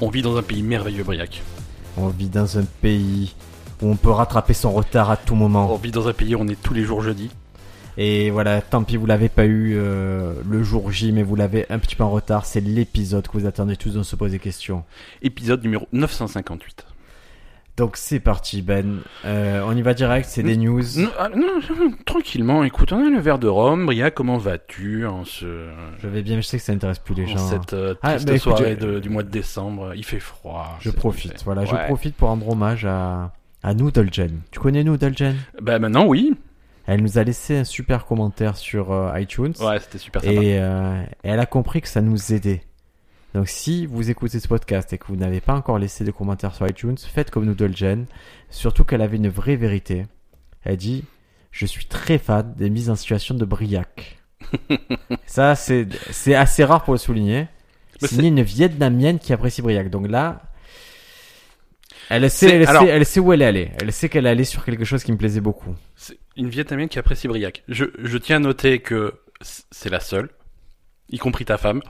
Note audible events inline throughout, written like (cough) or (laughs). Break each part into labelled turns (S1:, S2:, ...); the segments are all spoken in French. S1: On vit dans un pays merveilleux, Briac.
S2: On vit dans un pays où on peut rattraper son retard à tout
S1: On
S2: moment.
S1: vit dans un pays où on est tous les jours jeudi.
S2: Et voilà, tant pis, vous l'avez pas eu euh, le jour J, mais vous l'avez un petit peu en retard. C'est l'épisode que vous attendez tous, on se pose des questions.
S1: Épisode numéro 958.
S2: Donc c'est parti, Ben. Euh, on y va direct, c'est des news.
S1: Non, ah, non, non, tranquillement, écoute, on a le verre de Rome. Briac, comment vas-tu en, ce,
S2: Je vais bien, je sais que ça intéresse plus les
S1: en
S2: gens.
S1: cette euh,
S2: Ah,
S1: triste
S2: bah, écoute,
S1: soirée
S2: je-
S1: de- du mois de décembre Il fait froid.
S2: Je
S1: c'est-
S2: profite,
S1: c'est-
S2: voilà, je
S1: Ouais.
S2: profite pour rendre hommage à, à Noodlegen. Tu connais Noodlegen
S1: Bah maintenant, oui.
S2: Elle nous a laissé un super commentaire sur euh, iTunes
S1: Ouais, c'était super sympa.
S2: et euh, elle a compris que ça nous aidait. Donc si vous écoutez ce podcast et que vous n'avez pas encore laissé de commentaires sur iTunes, faites comme Noodlegen. Surtout qu'elle avait une vraie vérité. Elle dit « Je suis très fan des mises en situation
S1: (laughs)
S2: de Briac ». Ça, c'est c'est assez rare pour le souligner.
S1: Mais
S2: C'est une Vietnamienne qui apprécie Briac. Donc là, elle sait,
S1: C'est-
S2: elle,
S1: alors-
S2: sait, elle sait où elle est allée. Elle sait qu'elle est allée sur quelque chose qui me plaisait beaucoup.
S1: C'est une Vietnamienne qui apprécie Briac. Je, je tiens à noter que c- c'est la seule, y compris ta femme.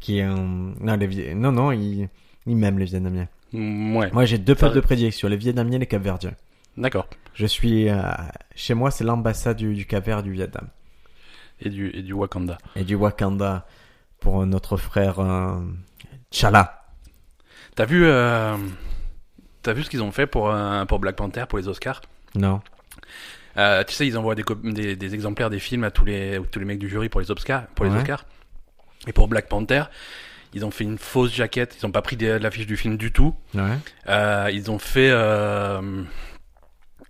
S2: Qui est un- non, les Vi- non, non, il, il m'aime les Vietnamiens.
S1: Mm, Ouais,
S2: Moi, j'ai deux peuples
S1: Ça-
S2: de prédilection, les Vietnamiens et les Capverdiens.
S1: d'accord.
S2: Je suis euh, chez moi, c'est l'ambassade du, du Cap-Vert, du Vietnam
S1: Et du, et du Wakanda.
S2: et du Wakanda pour euh, notre frère euh, T'Challa.
S1: T'as vu, euh, t'as vu ce qu'ils ont fait pour, euh, pour Black Panther, pour les Oscars
S2: Non.
S1: Euh, Tu sais, ils envoient des, cop- des, des exemplaires des films à tous les, tous les mecs du jury pour les Oscars. Pour les
S2: Ouais.
S1: Oscars. Et pour Black Panther, ils ont fait une fausse jaquette. Ils ont pas pris des- de l'affiche du film du tout.
S2: Ouais.
S1: Euh, ils ont fait. euh, (clears throat)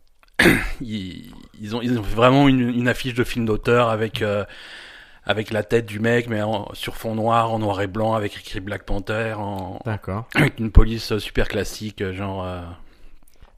S1: ils, ils ont, ils ont fait vraiment une, une affiche de film d'auteur avec, euh, avec la tête du mec, mais en- sur fond noir, en noir et blanc, avec écrit Black Panther, en,
S2: D'accord.
S1: avec une police euh, super classique, euh, genre. euh,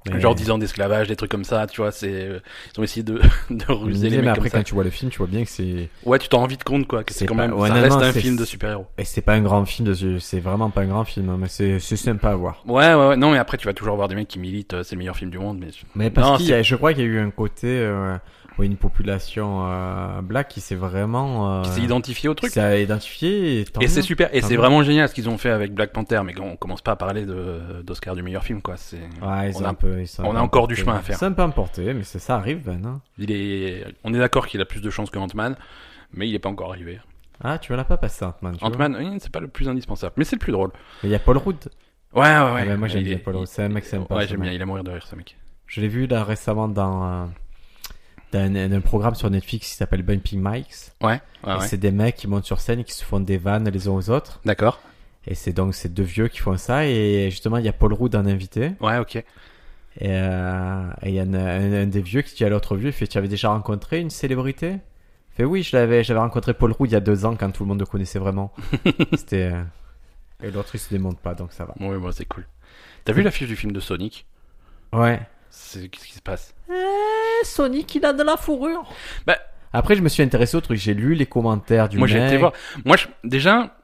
S2: Mais-
S1: Genre 10 ans d'esclavage, des trucs comme ça, tu vois, c'est euh, ils ont essayé de, (laughs) de
S2: Mais
S1: ruser les mecs
S2: après,
S1: comme ça.
S2: quand tu vois le film, tu vois bien que c'est
S1: Ouais, tu t'en rends vite compte quoi, que
S2: C'est
S1: c'est quand
S2: pas-
S1: même
S2: ouais,
S1: ça
S2: non,
S1: reste
S2: non,
S1: un
S2: c'est-
S1: film de super-héros.
S2: et c'est pas un grand film, de... c'est vraiment pas un grand film, hein, mais c'est c'est sympa à voir.
S1: Ouais, ouais, ouais, non mais après tu vas toujours voir des mecs qui militent, euh, c'est le meilleur film du monde mais
S2: Mais parce
S1: Non,
S2: qu'il y a- je crois qu'il y a eu un côté euh, où une population euh, black qui s'est vraiment euh,
S1: qui s'est identifié au truc.
S2: qui s'est identifiée et, tant
S1: Et c'est
S2: mieux.
S1: super, et
S2: Tant
S1: c'est
S2: mieux.
S1: vraiment génial ce qu'ils ont fait avec Black Panther, mais on commence pas à parler de- d'Oscar du meilleur film, quoi. C'est,
S2: Ouais, ils
S1: On
S2: ont
S1: a-
S2: un peu, ils sont
S1: on
S2: un
S1: a
S2: peu
S1: encore du
S2: emportés.
S1: chemin à faire.
S2: C'est un peu emporté, mais c'est ça arrive, Ben. hein.
S1: il est, on est d'accord qu'il a plus de chance que Ant-Man, mais il est pas encore arrivé.
S2: Ah, tu vois, l'as pas passé, Ant-Man. tu vois.
S1: Ant-Man, oui, c'est pas le plus indispensable, mais c'est le plus drôle.
S2: Mais il y a Paul Rudd.
S1: Ouais, ouais, ouais.
S2: Ah ben, moi, j'aime
S1: Il
S2: bien
S1: est-
S2: Paul Rudd, c'est un mec sympa,
S1: Ouais,
S2: ce
S1: j'aime
S2: mec.
S1: bien, il est à mourir de rire, ce mec.
S2: Je l'ai vu là récemment dans, euh, dans un, un programme sur Netflix qui s'appelle Bumping Mikes.
S1: Ouais, ouais,
S2: Et
S1: Ah ouais.
S2: C'est des mecs qui montent sur scène et qui se font des vannes les uns aux autres.
S1: D'accord.
S2: Et c'est donc ces deux vieux qui font ça. Et justement, il y a Paul Rudd en invité.
S1: Ouais, ok.
S2: Et euh, et il y en a un, un des vieux qui dit à l'autre vieux, il fait, tu avais déjà rencontré une célébrité Il fait, oui, je l'avais, j'avais rencontré Paul Roux il y a deux ans quand tout le monde le
S1: (laughs)
S2: connaissait vraiment. C'était... euh, Et l'autre, il se démonte pas, donc ça va.
S1: Ouais, bon, c'est cool. T'as vu l'affiche du film de Sonic
S2: Ouais.
S1: C'est- Qu'est-ce qui se passe
S2: Sonic, il a de la fourrure
S1: Bah-
S2: Après, je me suis intéressé au truc, j'ai lu les commentaires du
S1: Moi, j'ai
S2: mec.
S1: été voir. Moi, je- déjà,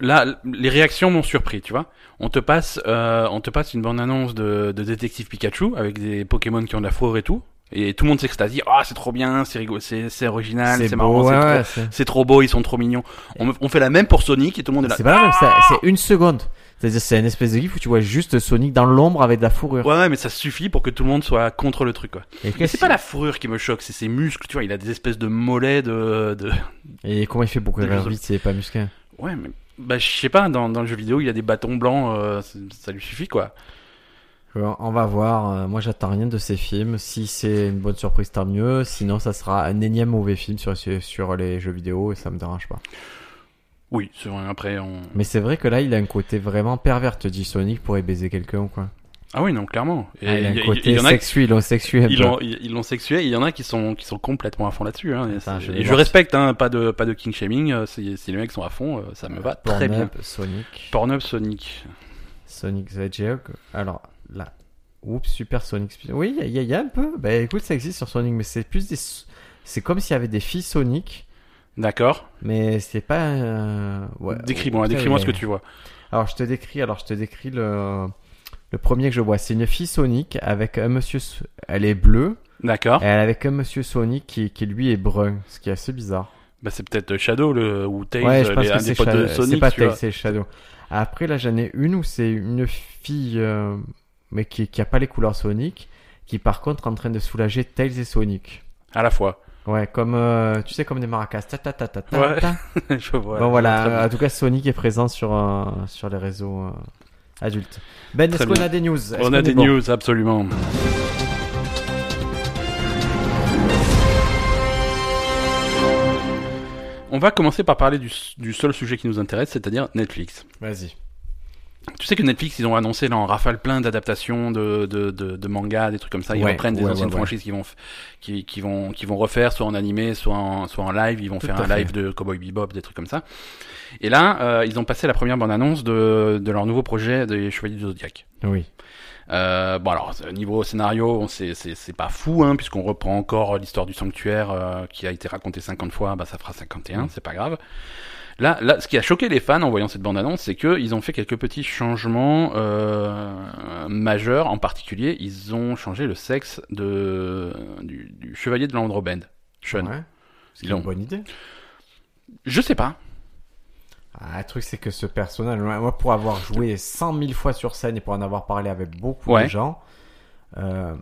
S1: là, les réactions m'ont surpris, tu vois. On te passe, euh, on te passe une bande-annonce de, de Détective Pikachu avec des Pokémon qui ont de la fourrure et tout. Et tout le monde s'extasie. Ah, c'est trop bien, c'est rigolo, c'est c'est original, c'est
S2: beau,
S1: marrant, c'est
S2: ouais,
S1: trop-
S2: ouais, c'est-
S1: c'est trop, beau, ils sont trop mignons. On, me- on fait la même pour Sonic et tout le monde est là. Ah
S2: C'est pas la même, ça- c'est une seconde. C'est-à-dire, c'est une espèce de gif où tu vois juste Sonic dans l'ombre avec de la fourrure.
S1: Ouais, ouais, mais ça suffit pour que tout le monde soit contre le truc, quoi.
S2: Et,
S1: Mais
S2: qu'est-ce
S1: c'est pas la fourrure qui me choque, c'est ses muscles, tu vois. Il a des espèces de mollets de, de,
S2: et comment il fait pour courir vite, c'est pas musqué
S1: Ouais, mais bah, je sais pas, dans, dans le jeu vidéo, il a des bâtons blancs, euh, c- ça lui suffit quoi.
S2: Bon, On va voir. Euh, Moi, j'attends rien de ces films. Si c'est une bonne surprise, tant mieux. Sinon, ça sera un énième mauvais film sur, sur les jeux vidéo et ça me dérange pas.
S1: Oui, c'est vrai, après on.
S2: Mais c'est vrai que là, il a un côté vraiment pervers. Te dis Sonic pourrait baiser quelqu'un ou quoi
S1: Ah oui, non, clairement. Et
S2: Ah, Il a
S1: y- y-
S2: un côté
S1: y en a qui-
S2: sexuel, ils l'ont sexué un
S1: ils
S2: peu.
S1: l'ont- ils ils l'ont sexué, et il y en a qui sont, qui sont complètement à fond là-dessus. Hein, Et c'est-
S2: Attends, je vais
S1: et je
S2: voir.
S1: respecte, hein, pas de, pas de king shaming, euh, si, si les mecs sont à fond, euh, ça me va très
S2: Pornhub,
S1: bien.
S2: Sonic.
S1: Pornhub Sonic.
S2: Sonic the Hedgehog. Alors là. Oups, Super Sonic. Sp- Oui, il y, a- il y a un peu. Bah écoute, ça existe sur Sonic, mais c'est plus des. C'est comme s'il y avait des filles Sonic,
S1: D'accord.
S2: mais c'est pas. euh, ouais,
S1: décris-moi,
S2: putain,
S1: décris-moi
S2: il
S1: hein. ce
S2: y
S1: que
S2: a-
S1: tu vois.
S2: Alors je te décris, alors je te décris le, le premier que je vois. C'est une fille Sonic avec un monsieur. S- Elle est bleue.
S1: D'accord.
S2: Et elle est avec un monsieur Sonic qui, qui lui est brun, ce qui est assez bizarre.
S1: Bah, c'est peut-être Shadow le, ou Tails,
S2: Ouais, je pense
S1: euh, les-
S2: que
S1: un des
S2: c'est
S1: potes
S2: Shadow.
S1: de
S2: C'est
S1: Sonic.
S2: pas
S1: tu vois.
S2: Tails, c'est Shadow. Après, là, j'en ai une où c'est une fille, euh, mais qui, qui a pas les couleurs Sonic, qui par contre est en train de soulager Tails et Sonic.
S1: À la fois. (laughs)
S2: Ouais, comme, euh, tu sais, comme des maracas. Ta, ta, ta, ta, ta,
S1: Ouais.
S2: ta.
S1: je vois.
S2: bon, voilà.
S1: Très bien.
S2: en tout cas, Sonic est présent sur, euh, sur les réseaux euh, adultes. Ben,
S1: Très
S2: est-ce qu'on
S1: bien.
S2: a des news Est-ce
S1: On
S2: qu'on
S1: a
S2: est
S1: des
S2: bon
S1: news, absolument. On va commencer par parler du, du seul sujet qui nous intéresse, c'est-à-dire Netflix.
S2: Vas-y.
S1: Tu sais que Netflix, ils ont annoncé là en rafale plein d'adaptations de, de, de, de mangas, des trucs comme ça. Ils
S2: Ouais,
S1: reprennent des
S2: ouais,
S1: anciennes
S2: ouais, ouais.
S1: franchises qui vont, f- qui, qui vont, qui vont refaire, soit en animé, soit en, soit en live. Ils vont
S2: Tout
S1: faire
S2: à
S1: un
S2: fait.
S1: live de Cowboy Bebop, des trucs comme ça. Et là, euh, ils ont passé la première bande-annonce de, de leur nouveau projet des Chevaliers du Zodiac.
S2: Oui.
S1: Euh, bon alors euh, niveau scénario, on sait- c'est c'est pas fou hein, puisqu'on reprend encore euh, l'histoire du sanctuaire euh, qui a été racontée 50 fois, bah ça fera 51, c'est pas grave. Là, là, ce qui a choqué les fans en voyant cette bande-annonce, c'est que ils ont fait quelques petits changements euh, majeurs. En particulier, ils ont changé le sexe de du, du chevalier de l'Androbend, Sean.
S2: Ouais. C'est
S1: Ils ont-
S2: une bonne idée.
S1: Je sais pas.
S2: Ah, le truc, c'est que ce personnage, moi, moi, pour avoir joué 100 000 fois sur scène et pour en avoir parlé avec beaucoup
S1: Ouais.
S2: de gens, euh,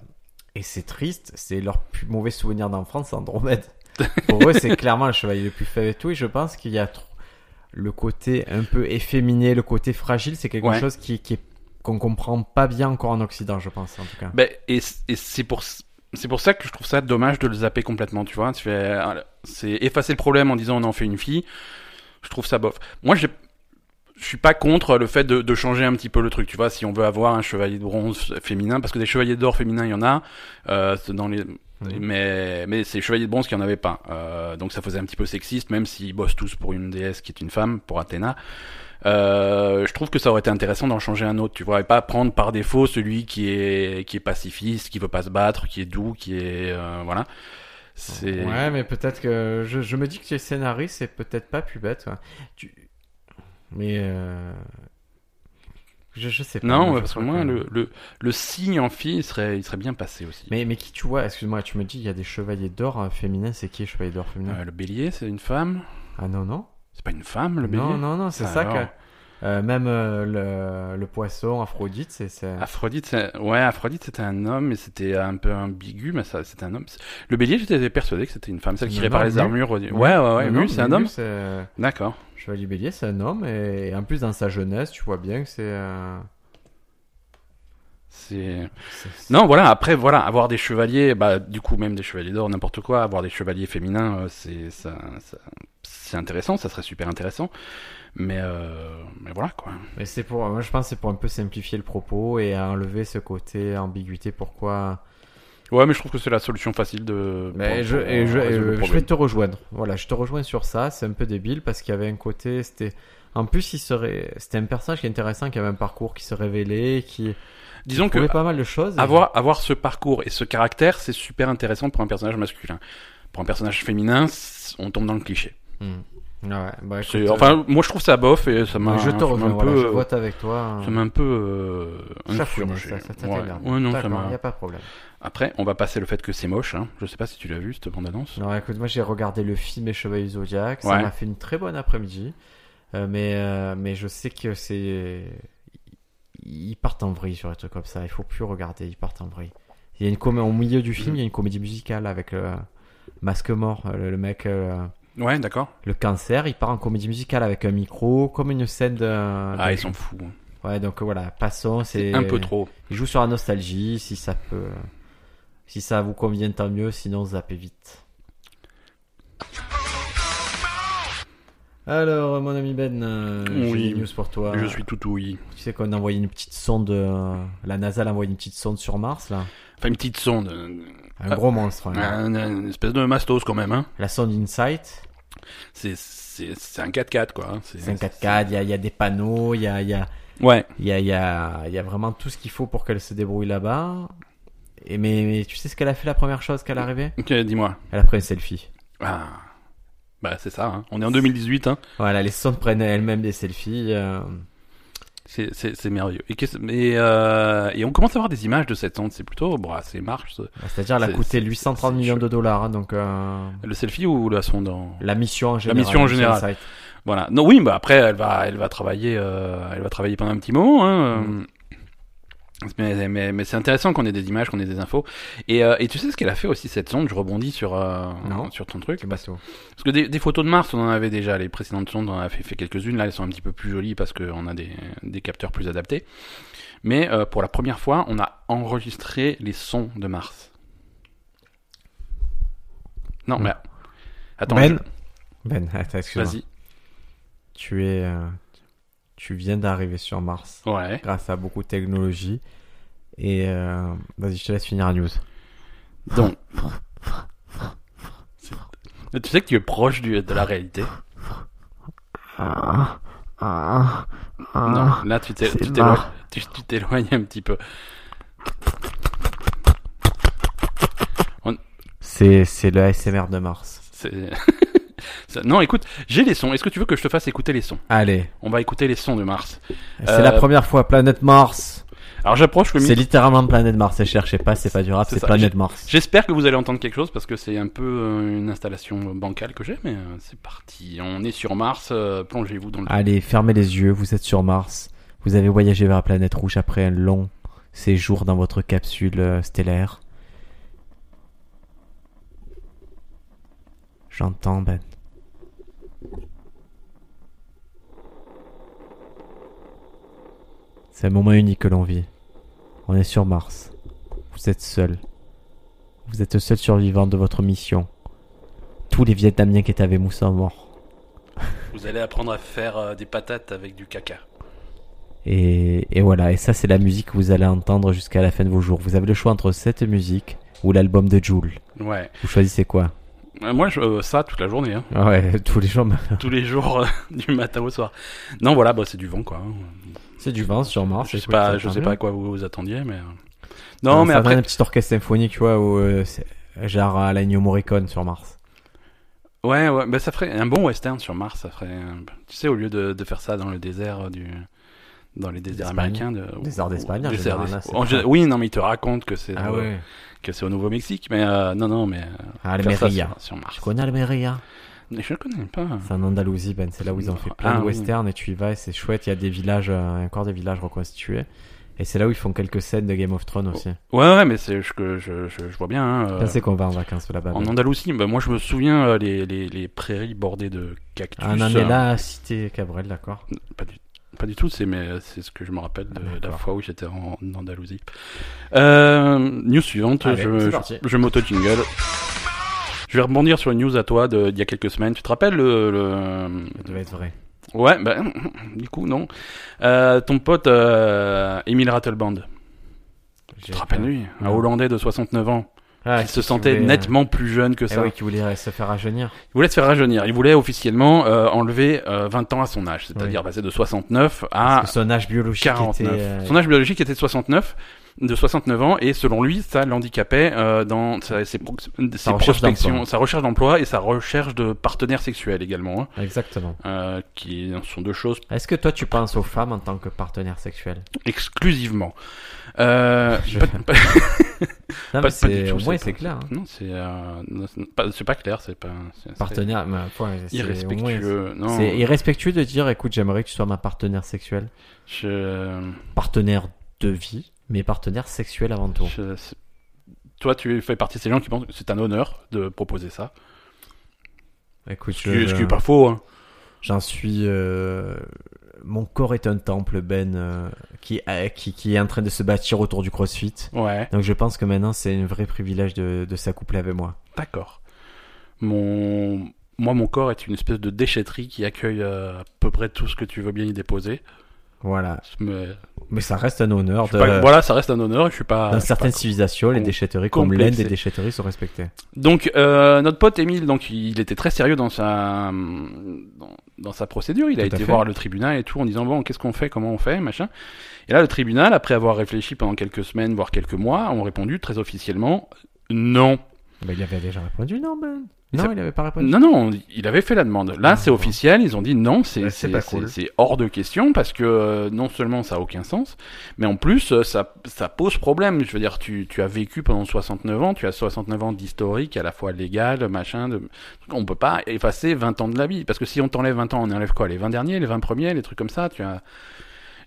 S2: et c'est triste, c'est leur plus mauvais souvenir d'enfance,
S1: (laughs)
S2: c'est Andromède. pour eux, c'est clairement le chevalier le plus faible et tout, et je pense qu'il y a trop... le côté un peu efféminé, le côté fragile, c'est quelque
S1: Ouais.
S2: chose qui, qui est- qu'on comprend pas bien encore en Occident, je pense, en tout cas.
S1: Ben, et c- et c'est pour c'est pour ça que je trouve ça dommage de le zapper complètement, tu vois. Tu fais, euh, c'est effacer le problème en disant on en fait une fille. Je trouve ça bof. Moi, j'ai- je suis pas contre le fait de, de changer un petit peu le truc, tu vois. Si on veut avoir un chevalier de bronze féminin, parce que des chevaliers d'or féminins, il y en a. Euh, c'est dans les
S2: Mmh.
S1: mais mais c'est chevaliers de bronze qui en avait pas. Euh, donc ça faisait un petit peu sexiste, même s'ils bossent tous pour une déesse qui est une femme, pour Athéna. Euh, je trouve que ça aurait été intéressant d'en changer un autre, tu vois, et pas prendre par défaut celui qui est qui est pacifiste, qui veut pas se battre, qui est doux, qui est euh, voilà. C'est
S2: Ouais, mais peut-être que je, je me dis que tu es scénariste, c'est peut-être pas plus bête. ouais. Tu... Mais euh... je, je sais pas.
S1: non,
S2: moi, je
S1: parce que
S2: crois
S1: moi le, le le signe en fille il serait il serait bien passé aussi.
S2: Mais, mais qui tu vois Excuse-moi, tu me dis il y a des chevaliers d'or euh, féminins. C'est qui les chevaliers d'or féminins
S1: Euh, le bélier, c'est une femme
S2: Ah non non.
S1: C'est pas une femme le bélier
S2: Non non non, c'est
S1: Ah,
S2: ça que.
S1: alors.
S2: euh, même euh, le, le poisson, Aphrodite, c'est c'est.
S1: Aphrodite, c'est- ouais, Aphrodite c'était un homme, mais c'était un peu ambigu, mais ça, c'était un homme. Le bélier, j'étais persuadé que c'était une femme, celle qui
S2: Non,
S1: répare
S2: non,
S1: les
S2: Mu.
S1: armures. Ouais, ouais, ouais,
S2: Non,
S1: Mu,
S2: non,
S1: c'est un
S2: Mu,
S1: homme.
S2: c'est- euh,
S1: D'accord.
S2: Chevalier Bélier, c'est un homme et, et en plus dans sa jeunesse, tu vois bien que c'est. euh,
S1: C'est
S2: c'est- c'est-
S1: non, voilà. Après, voilà, avoir des chevaliers, bah, du coup, même des chevaliers d'or, n'importe quoi, avoir des chevaliers féminins, euh, c'est ça, ça- c'est intéressant, ça serait super intéressant. Mais, euh, mais voilà quoi.
S2: Mais c'est pour, moi je pense que c'est pour un peu simplifier le propos et enlever ce côté ambiguïté. Pourquoi
S1: Ouais, mais je trouve que c'est la solution facile de.
S2: Mais
S1: pour-
S2: je,
S1: pour
S2: et
S1: résoudre
S2: je,
S1: le
S2: et je
S1: problème.
S2: vais te rejoindre. Voilà, je te rejoins sur ça. C'est un peu débile parce qu'il y avait un côté, c'était, en plus il serait, c'était un personnage qui est intéressant, qui avait un parcours qui se révélait, qui
S1: Disons que
S2: trouvait pas mal de choses. et-
S1: Avoir, avoir ce parcours et ce caractère, c'est super intéressant pour un personnage masculin. Pour un personnage féminin, c- on tombe dans le cliché.
S2: Hmm. Ouais, bah,
S1: C'est-
S2: écoute,
S1: enfin, moi je trouve ça bof et ça m'a
S2: euh, je te
S1: ça m'a
S2: rejoins.
S1: un
S2: Voilà,
S1: peu,
S2: je vote avec toi.
S1: ça m'a un peu euh,
S2: Chafouine,
S1: insurgé.
S2: hein. ça, ça
S1: Ouais.
S2: t'énerve.
S1: Ouais, non, ça
S2: D'accord,
S1: m'a-
S2: y a pas de problème.
S1: Après, on va passer le fait que c'est moche. Hein. Je sais pas si tu l'as vu cette bande annonce.
S2: Non, écoute, moi j'ai regardé le film Les Chevaliers du Zodiac, ça
S1: Ouais.
S2: m'a fait une très bonne après-midi, Euh, mais, euh, mais je sais que c'est. Ils partent en vrille sur les trucs comme ça, il faut plus regarder, ils partent en vrille. Il y a une com... Au milieu du film,
S1: Mhm.
S2: il y a une comédie musicale avec le masque mort, euh, le, le mec, euh,
S1: Ouais, d'accord.
S2: le cancer, il part en comédie musicale avec un micro, comme une scène de.
S1: Ah,
S2: de-
S1: ils sont fous. hein.
S2: Ouais, donc euh, voilà, passons, c'est.
S1: C'est un peu trop.
S2: Il joue sur la nostalgie, si ça peut. Si ça vous convient, tant mieux, sinon zappez vite. Alors, mon ami Ben, euh,
S1: Oui.
S2: j'ai des news pour toi.
S1: Je suis tout ouïe.
S2: Tu sais qu'on a envoyé une petite sonde. euh, La NASA a envoyé une petite sonde sur Mars, là.
S1: Enfin, une petite sonde. euh,
S2: Un
S1: Ah.
S2: gros monstre. hein.
S1: un- un- une espèce de mastos quand même. Hein.
S2: La sonde Insight,
S1: C'est- C'est c'est un 4x4 quoi. hein.
S2: c'est un 4x4, il y a, il y a des panneaux, il y a, il y, a,
S1: Ouais.
S2: il y, a, il y, a, il y a vraiment tout ce qu'il faut pour qu'elle se débrouille là-bas. Et mais, mais tu sais ce qu'elle a fait la première chose qu'elle est arrivée
S1: Ok, dis-moi.
S2: Elle a pris un selfie.
S1: Ah. Bah, c'est ça. Hein. On est en 2018. Hein.
S2: Voilà, les sondes prennent elles-mêmes des selfies. euh,
S1: C'est- C'est c'est merveilleux. Et, qu'est-ce- mais, euh, et on commence à voir des images de cette onde. C'est plutôt, bon, ah, c'est marche. ce-
S2: Bah, C'est-à-dire, elle a
S1: C'est-
S2: coûté
S1: c'est-
S2: 830
S1: c'est
S2: millions
S1: chaud.
S2: de dollars, hein, donc euh,
S1: Le selfie ou la sonde en...
S2: la mission en général.
S1: mission en général.
S2: Insight.
S1: Voilà. Non, oui, bah après, elle va, elle va travailler, euh, elle va travailler pendant un petit moment. Hein, euh, Mais, mais, mais c'est intéressant qu'on ait des images, qu'on ait des infos. Et, euh, et tu sais ce qu'elle a fait aussi cette sonde Je rebondis sur euh,
S2: Non.
S1: sur ton truc.
S2: Le bateau.
S1: Parce que des, des photos de Mars, on en avait déjà. Les précédentes sondes, on en a fait, fait quelques-unes. Là, elles sont un petit peu plus jolies parce qu'on a des, des capteurs plus adaptés. Mais euh, pour la première fois, on a enregistré les sons de Mars. Non,
S2: Mm.
S1: mais attends,
S2: ben,
S1: je-
S2: Ben, (laughs) attends, excuse-moi.
S1: vas-y.
S2: Tu es, euh, tu viens d'arriver sur Mars
S1: Ouais.
S2: grâce à beaucoup de technologie. Et euh, vas-y, je te laisse finir la news.
S1: Donc. Mais Tu sais que tu es proche du-
S2: Ah.
S1: de la réalité.
S2: Ah.
S1: Non, là tu t'é-
S3: c'est
S1: tu t'éloignes
S3: marre.
S1: tu- tu t'éloignes un petit peu.
S2: C'est, c'est le ASMR de Mars.
S1: C'est- (laughs) Ça- Non, écoute, j'ai les sons. Est-ce que tu veux que je te fasse écouter les sons
S2: Allez,
S1: On va écouter les sons de Mars.
S2: c'est
S1: Euh,
S2: la première fois, planète Mars.
S1: Alors j'approche le
S2: C'est
S1: micro.
S2: littéralement planète Mars. C'est cherchez pas, c'est pas durable,
S1: C'est
S2: c'est
S1: ça.
S2: planète Mars.
S1: J'espère que vous allez entendre quelque chose parce que c'est un peu euh, une installation bancale que j'ai, mais euh, c'est parti. On est sur Mars, euh, plongez-vous dans le...
S2: Allez, fermez les yeux, vous êtes sur Mars. Vous avez voyagé vers la planète rouge après un long séjour dans votre capsule euh, stellaire. J'entends, Ben. C'est un moment unique que l'on vit. On est sur Mars. Vous êtes seul. Vous êtes le seul survivant de votre mission. Tous les Vietnamiens qui étaient avec vous sont morts.
S1: Vous allez apprendre à faire euh, des patates avec du caca.
S2: Et, et voilà, et ça c'est la musique que vous allez entendre jusqu'à la fin de vos jours. Vous avez le choix entre cette musique ou l'album de Joule.
S1: Ouais.
S2: Vous choisissez quoi
S1: Euh, Moi, je, euh, ça toute la journée,
S2: (laughs)
S1: hein.
S2: Ouais, tous les jours.
S1: (laughs) tous les jours, euh, du matin au soir. Non, voilà, bah, c'est du vent, quoi.
S2: (laughs) C'est du vent sur Mars.
S1: je sais pas, je sais pas à quoi vous vous attendiez, mais. euh. Non, mais
S2: un
S1: après.
S2: petit orchestre symphonique, tu vois, où, euh, c'est- genre à l'agneau Morricone sur Mars.
S1: Ouais, ouais, bah, ça ferait un bon western sur Mars, ça ferait. un- Tu sais, au lieu de, de faire ça dans le désert euh, du. Dans les déserts
S2: D'Espagne.
S1: américains. De...
S2: Désert d'Espagne, en
S1: Désert
S2: général,
S1: d'Es-
S2: là, c'est
S1: en
S2: pas- Ah
S1: gé- Oui, non, mais ils te racontent que c'est
S2: Euh,
S1: au- que c'est au Nouveau-Mexique, mais euh, non, non, mais. euh, faire ça
S2: Almeria.
S1: sur, sur
S2: Ah, Je
S1: Mars.
S2: connais Almeria.
S1: Mais Je connais pas.
S2: C'est en Andalousie, Ben. C'est là où ils ont fait plein
S1: Ah,
S2: de
S1: oui.
S2: westerns et tu y vas et c'est chouette. Il y a des villages, euh, encore des villages reconstitués. Et c'est là où ils font quelques scènes de Game of
S1: Oh,
S2: Thrones aussi.
S1: Ouais, ouais, mais c'est je, que je, je, je vois bien. hein, euh,
S2: Là, c'est qu'on va en vacances là-bas.
S1: En
S2: Ben.
S1: Andalousie, bah, moi je me souviens euh, les, les, les prairies bordées de cactus.
S2: Ah, non, mais
S1: euh,
S2: là, cité Cabrel, d'accord.
S1: Pas du, pas du tout, c'est mais c'est ce que je me rappelle de
S2: Ah,
S1: la
S2: d'accord.
S1: fois où j'étais en, en Andalousie. Euh, news suivante,
S2: Allez,
S1: je,
S2: c'est
S1: je,
S2: parti.
S1: je m'auto-jingle. Je vais rebondir sur une news à toi de- d'il y a quelques semaines. Tu te rappelles le. le-
S2: Ça devait être vrai.
S1: Ouais, bah, du coup, non. Euh, ton pote euh, Emile Rattleband, tu
S2: J'ai-
S1: te rappelles lui Un
S2: Non.
S1: Hollandais de 69 ans,
S2: Ah,
S1: qui se sentait
S2: voulait, euh,
S1: nettement plus jeune que
S2: eh
S1: ça.
S2: oui, qui voulait se faire rajeunir.
S1: Il voulait se faire rajeunir. Il voulait officiellement euh, enlever euh, 20 ans à son âge, c'est-à-dire passer de 69 à
S2: Parce que son âge biologique
S1: 49.
S2: était. euh,
S1: Ah, Son âge biologique était de 69, de 69 ans, et selon lui, ça l'handicapait euh, dans sa, ses, pro- ses
S2: recherche
S1: prospections,
S2: d'emploi.
S1: sa recherche d'emploi et sa recherche de partenaires sexuels également, hein,
S2: Exactement.
S1: euh, qui sont deux choses
S2: Est-ce que toi, tu penses aux femmes en tant que partenaire sexuel
S1: exclusivement. Euh,
S2: Je-
S1: pas- pas-
S2: Non,
S1: Pas- pas
S2: mais c'est-
S1: du tout,
S2: au moins,
S1: c'est
S2: c'est
S1: pas-
S2: clair. hein.
S1: non, c'est euh, non, c'est pas, c'est pas clair, c'est pas c'est- c'est
S2: Partenaire, mais, ouais, c'est- au moins,
S1: irrespectueux.
S2: c'est-
S1: non,
S2: C'est irrespectueux de dire, écoute, j'aimerais que tu sois ma partenaire sexuelle.
S1: je,
S2: Partenaire de vie, mais partenaire sexuel avant tout.
S1: je- c'est- toi, tu fais partie de ces gens qui pensent que c'est un honneur de proposer ça.
S2: Écoute,
S1: Ce qui-
S2: je-
S1: ce qui est pas faux. Hein.
S2: J'en suis. euh, Mon corps est un temple, Ben, euh, qui, euh, qui, qui est en train de se bâtir autour du crossfit.
S1: Ouais.
S2: Donc je pense que maintenant, c'est un vrai privilège de, de s'accoupler avec moi.
S1: D'accord. Mon... Moi, mon corps est une espèce de déchetterie qui accueille euh, à peu près tout ce que tu veux bien y déposer.
S2: Voilà.
S1: Mais...
S2: Mais ça reste un honneur.
S1: je suis
S2: De...
S1: pas- Voilà, ça reste un honneur. Je suis pas.
S2: Dans
S1: je suis
S2: certaines
S1: pas-
S2: civilisations, les
S1: com-
S2: déchetteries comme l'Inde,
S1: complexé.
S2: les déchetteries sont respectées.
S1: Donc, euh, notre pote Émile, donc il était très sérieux dans sa dans, dans sa procédure. Il a
S2: Tout
S1: été
S2: à fait.
S1: voir le tribunal et tout en disant bon, qu'est-ce qu'on fait, comment on fait, machin. Et là, le tribunal, après avoir réfléchi pendant quelques semaines, voire quelques mois, ont répondu très officiellement non.
S2: Bah, il avait déjà répondu, non, Ben.
S1: Il
S2: Non,
S1: s'est-
S2: il avait pas répondu.
S1: Non, non, il avait fait la demande. Là, c'est officiel. Ils ont dit non, c'est
S3: Ouais, Ah, Bah, c'est
S1: c'est-
S3: pas
S1: c'est-
S3: cool.
S1: c'est hors de question parce que euh, non seulement ça a aucun sens, mais en plus euh, ça, ça pose problème. Je veux dire, tu, tu as vécu pendant 69 ans, tu as 69 ans d'historique à la fois légal, machin. De... On peut pas effacer 20 ans de la vie parce que si on t'enlève 20 ans, on enlève quoi Les 20 derniers, les 20 premiers, les trucs comme ça. Tu as,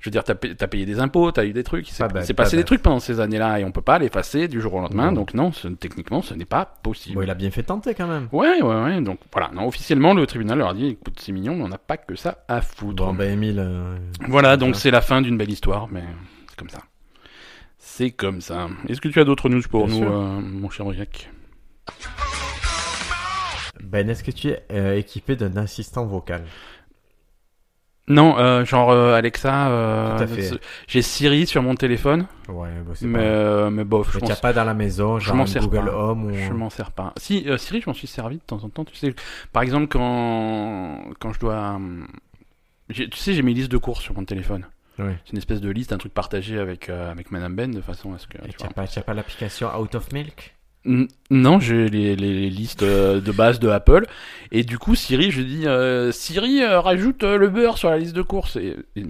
S1: je veux dire, t'as payé, payé des impôts, t'as eu des trucs. C'est
S3: Pas bête,
S1: c'est
S3: pas
S1: passé des
S3: bête.
S1: trucs pendant ces années-là et on peut pas l'effacer du jour au lendemain.
S2: Non.
S1: Donc non, ce- techniquement, ce n'est pas possible.
S2: Bon, il a bien fait tenter quand même.
S1: Ouais, ouais, ouais. Donc voilà, non, officiellement, le tribunal leur a dit écoute, c'est mignon, mais on n'a pas que ça à foutre.
S2: Bon, bah, Emile. euh,
S1: ben, Voilà, donc c'est la fin d'une belle histoire, mais c'est comme ça. C'est comme ça. Est-ce que tu as d'autres news pour
S2: Bien
S1: nous,
S2: sûr.
S1: euh, mon cher Briac
S2: Ben, est-ce que tu es euh, équipé d'un assistant vocal
S1: Non, euh, genre euh, Alexa, euh,
S2: Tout à fait.
S1: ce- j'ai Siri sur mon téléphone,
S2: Ouais, bah, c'est
S1: mais,
S2: pas...
S1: euh, mais bof, je
S2: Mais
S1: m'en
S2: t'as
S1: sers-
S2: pas dans la maison,
S1: je
S2: genre
S1: m'en
S2: un
S1: sers
S2: Google
S1: pas.
S2: Home ou...
S1: je m'en sers pas. Si, euh, Siri, je m'en suis servi de temps en temps, tu sais. Par exemple, quand, quand je dois... hum, j'ai- Tu sais, j'ai mes listes de courses sur mon téléphone.
S2: Ouais.
S1: C'est une espèce de liste, un truc partagé avec, euh, avec Madame Ben de façon à ce que.
S2: Et
S1: tu
S2: t'as
S1: vois.
S2: pas, t'as pas l'application Out of Milk
S1: N- Non, j'ai les, les- les listes euh, de base de Apple. Et du coup, Siri, je dis euh, Siri, euh, rajoute euh, le beurre sur la liste de courses. Et, et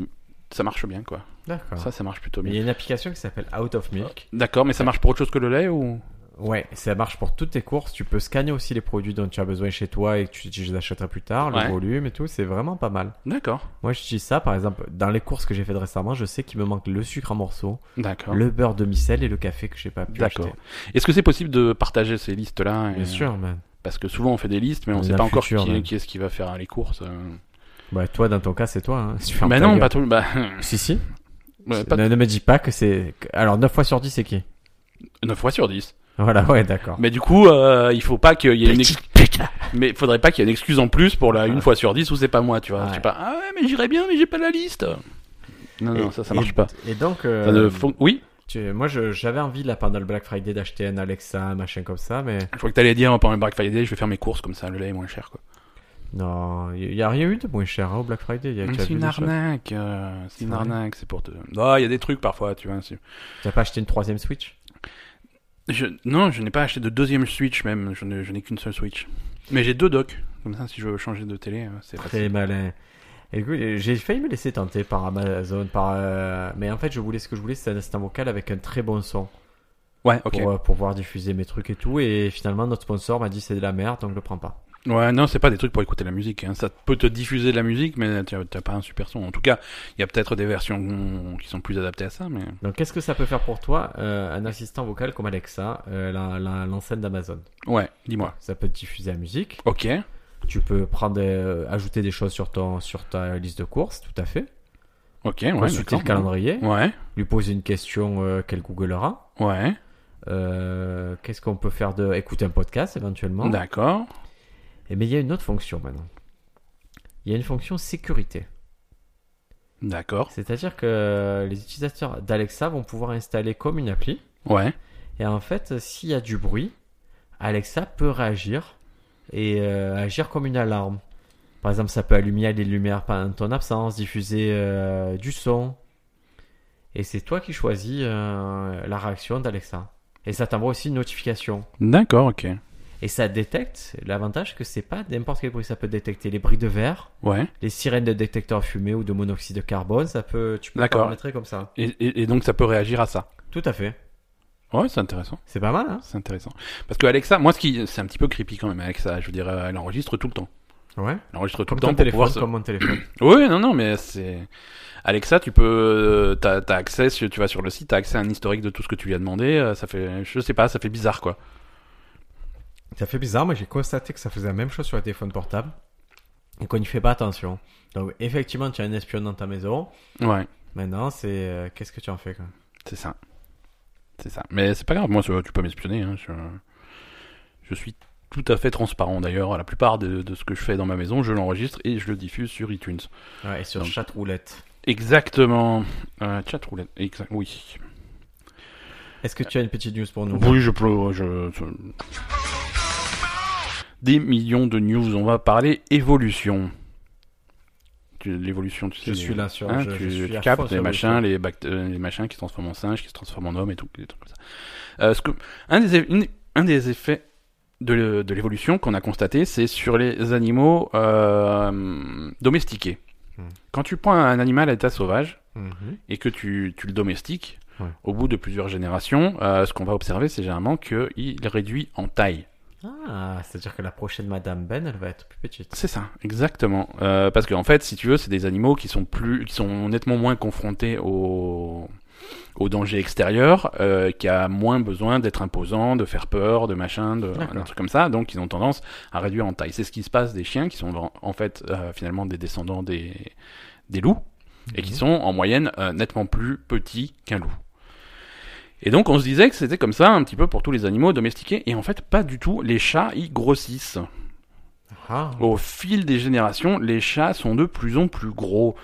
S1: ça marche bien, quoi.
S2: D'accord.
S1: Ça, ça marche plutôt
S2: Mais il y
S1: bien.
S2: a une application qui s'appelle Out of Milk.
S1: D'accord, mais ça marche pour autre chose que le lait ou
S2: Ah. Ouais, ça marche pour toutes tes courses. Tu peux scanner aussi les produits dont tu as besoin chez toi et que tu, tu les achèteras plus tard,
S1: Ouais.
S2: le volume et tout. C'est vraiment pas mal.
S1: D'accord.
S2: Moi, je dis ça, par exemple, dans les courses que j'ai faites récemment, je sais qu'il me manque le sucre en morceaux,
S1: D'accord.
S2: le beurre demi-sel et le café que j'ai pas pu
S1: D'accord.
S2: acheter.
S1: Est-ce que c'est possible de partager ces listes-là et-
S2: Bien sûr, man.
S1: Parce que souvent on fait des listes, mais on
S2: Dans
S1: sait
S2: le
S1: pas encore
S2: futur,
S1: qui,
S2: même.
S1: qui est-ce qui va faire les courses. euh.
S2: Bah, toi, dans ton cas, c'est toi. Hein. (laughs) Si tu fermes
S1: Bah
S2: ta
S1: non,
S2: gueule.
S1: pas tout. Bah, (laughs)
S2: Si, si.
S1: ouais, pas
S2: ne, ne me dis Euh, pas que c'est. que- Alors, 9 fois sur 10, c'est Ah. qui (laughs)
S1: 9 fois sur 10.
S2: Voilà, ouais, d'accord.
S1: Mais du coup, euh, il faut pas qu'il y ait une ex-
S2: putain
S1: Mais faudrait pas qu'il y ait une excuse en plus pour la une
S2: Ouais.
S1: fois sur dix où c'est pas moi, tu vois.
S2: Ouais.
S1: Tu pas, ah ouais, mais j'irais bien, mais j'ai pas la liste. Non, non,
S2: Et-
S1: ça, ça
S2: et-
S1: marche pas.
S2: Et donc.
S1: Ça
S2: euh,
S1: ne fon- Oui,
S2: Tu- moi, je- j'avais envie, là, pendant le Black Friday, d'acheter un Alexa, un machin comme ça, mais
S1: je crois que t'allais dire pendant le Black Friday, je vais faire mes courses comme ça, le lait est moins cher, quoi.
S2: non, il n'y a rien eu de moins cher hein, au Black Friday. Y a- tu as
S1: C'est
S2: vu
S1: une
S2: des choses
S1: arnaque, euh, c'est une
S2: C'est vrai.
S1: arnaque, c'est pour te. Non, Ah, il y a des trucs parfois, tu vois. c'est-
S2: T'as pas acheté une troisième Switch
S1: Ah, Je... Non, je n'ai pas acheté de deuxième Switch même, je ne- je n'ai qu'une seule Switch. Mais j'ai deux docks, comme ça, si je veux changer de télé, euh, c'est
S2: Très
S1: facile.
S2: malin. Écoute, euh, j'ai failli me laisser tenter par Amazon, par, euh, mais en fait, je voulais ce que je voulais, c'est un assistant vocal avec un très bon son
S1: Ouais, ok.
S2: pour, euh, pour pouvoir diffuser mes trucs et tout. Et finalement, notre sponsor m'a dit c'est de la merde, donc je le prends pas.
S1: Ouais, non, c'est pas des trucs pour écouter la musique. Hein. Ça peut te diffuser de la musique, mais t'as t'as pas un super son. En tout cas, il y a peut-être des versions qui sont plus adaptées à ça, mais
S2: Donc, qu'est-ce que ça peut faire pour toi, euh, un assistant vocal comme Alexa, euh, la- la- l'enceinte d'Amazon
S1: ouais, dis-moi.
S2: Ça peut te diffuser la musique.
S1: Ok,
S2: Tu peux prendre, euh, ajouter des choses sur, ton, sur ta liste de courses, tout à fait.
S1: ok, ouais.
S2: Consulter
S1: d'accord.
S2: le
S1: bah
S2: calendrier,
S1: Ouais,
S2: lui poser une question euh, qu'elle googlera.
S1: ouais,
S2: Euh, Qu'est-ce qu'on peut faire de écouter un podcast éventuellement
S1: d'accord.
S2: Et mais il y a une autre fonction maintenant. Il y a une fonction sécurité.
S1: D'accord.
S2: C'est-à-dire que les utilisateurs d'Alexa vont pouvoir installer comme une appli.
S1: Ouais,
S2: Et en fait, s'il y a du bruit, Alexa peut réagir et euh, agir comme une alarme. Par exemple, ça peut allumer les lumières pendant ton absence, diffuser euh, du son. Et c'est toi qui choisis euh, la réaction d'Alexa. Et ça t'envoie aussi une notification.
S1: d'accord, ok.
S2: Et ça détecte, l'avantage que c'est pas n'importe quel bruit, ça peut détecter les bruits de verre,
S1: Ouais.
S2: les sirènes de détecteur à fumée ou de monoxyde de carbone, ça peut, tu peux
S1: D'accord.
S2: paramétrer comme ça.
S1: Et, et- et donc ça peut réagir à ça.
S2: Tout à fait.
S1: Ouais, c'est intéressant.
S2: C'est pas mal, hein
S1: C'est intéressant. Parce que Alexa, moi, ce qui, c'est un petit peu creepy quand même. Alexa, je veux dire, euh, elle enregistre tout le temps.
S2: Ouais.
S1: Elle enregistre tout
S2: Comme
S1: le temps
S2: ton
S1: pour
S2: téléphone,
S1: pouvoir se-
S2: comme mon téléphone.
S1: Oui, non, non, mais c'est. Alexa, tu peux. euh, T'as as accès, si tu vas sur le site, t'as accès à un historique de tout ce que tu lui as demandé. euh, Ça fait. Je sais pas, ça fait bizarre, quoi.
S2: ça fait bizarre, mais j'ai constaté que ça faisait la même chose sur les téléphones portables et qu'on n'y fait pas attention. Donc effectivement, tu as un espion dans ta maison.
S1: Ouais,
S2: Maintenant, c'est euh, qu'est-ce que tu en fais quoi
S1: c'est ça. C'est ça. Mais c'est pas grave, moi, tu peux m'espionner. hein, je... je suis tout à fait transparent, d'ailleurs. La plupart de, de ce que je fais dans ma maison, je l'enregistre et je le diffuse sur iTunes.
S2: ouais, Et sur
S1: Donc-
S2: chat roulette.
S1: Exactement. Euh, chat roulette. Exa- Oui.
S2: Est-ce que tu as une petite news pour nous
S1: Oui, je peux. Je... je- Des millions de news. On va parler évolution. Tu- L'évolution, tu sais.
S2: Je
S1: les-
S2: suis là sur.
S1: hein,
S2: je,
S1: tu,
S2: je suis
S1: tu
S2: à fond
S1: captes
S2: sur
S1: les
S2: le
S1: machins, les, bact- euh, les machins qui se transforment en singes, qui se transforment en hommes et tout, des trucs comme ça. Euh, ce que- un, des, eff- une- un des effets de, de l'évolution qu'on a constatée, c'est sur les animaux euh, domestiqués.
S2: Mm.
S1: Quand tu prends un animal à état sauvage
S2: Mhm.
S1: et que tu, tu le domestiques,
S2: Ouais.
S1: au bout de plusieurs générations, euh, ce qu'on va observer, c'est généralement qu'il réduit en taille.
S2: Ah, c'est-à-dire que la prochaine Madame Ben, elle va être plus petite.
S1: C'est ça, exactement. Euh, parce qu'en fait, si tu veux, c'est des animaux qui sont plus, qui sont nettement moins confrontés au aux dangers extérieurs, euh, qui a moins besoin d'être imposant, de faire peur, de machin, de
S2: D'accord.
S1: un truc comme ça. Donc, ils ont tendance à réduire en taille. C'est ce qui se passe des chiens qui sont en, en fait euh, finalement des descendants des des loups et
S2: Mhm.
S1: qui sont en moyenne euh, nettement plus petits qu'un loup. Et donc on se disait que c'était comme ça un petit peu pour tous les animaux domestiqués, et en fait pas du tout, les chats y grossissent.
S2: Ah,
S1: Au fil des générations, les chats sont de plus en plus gros.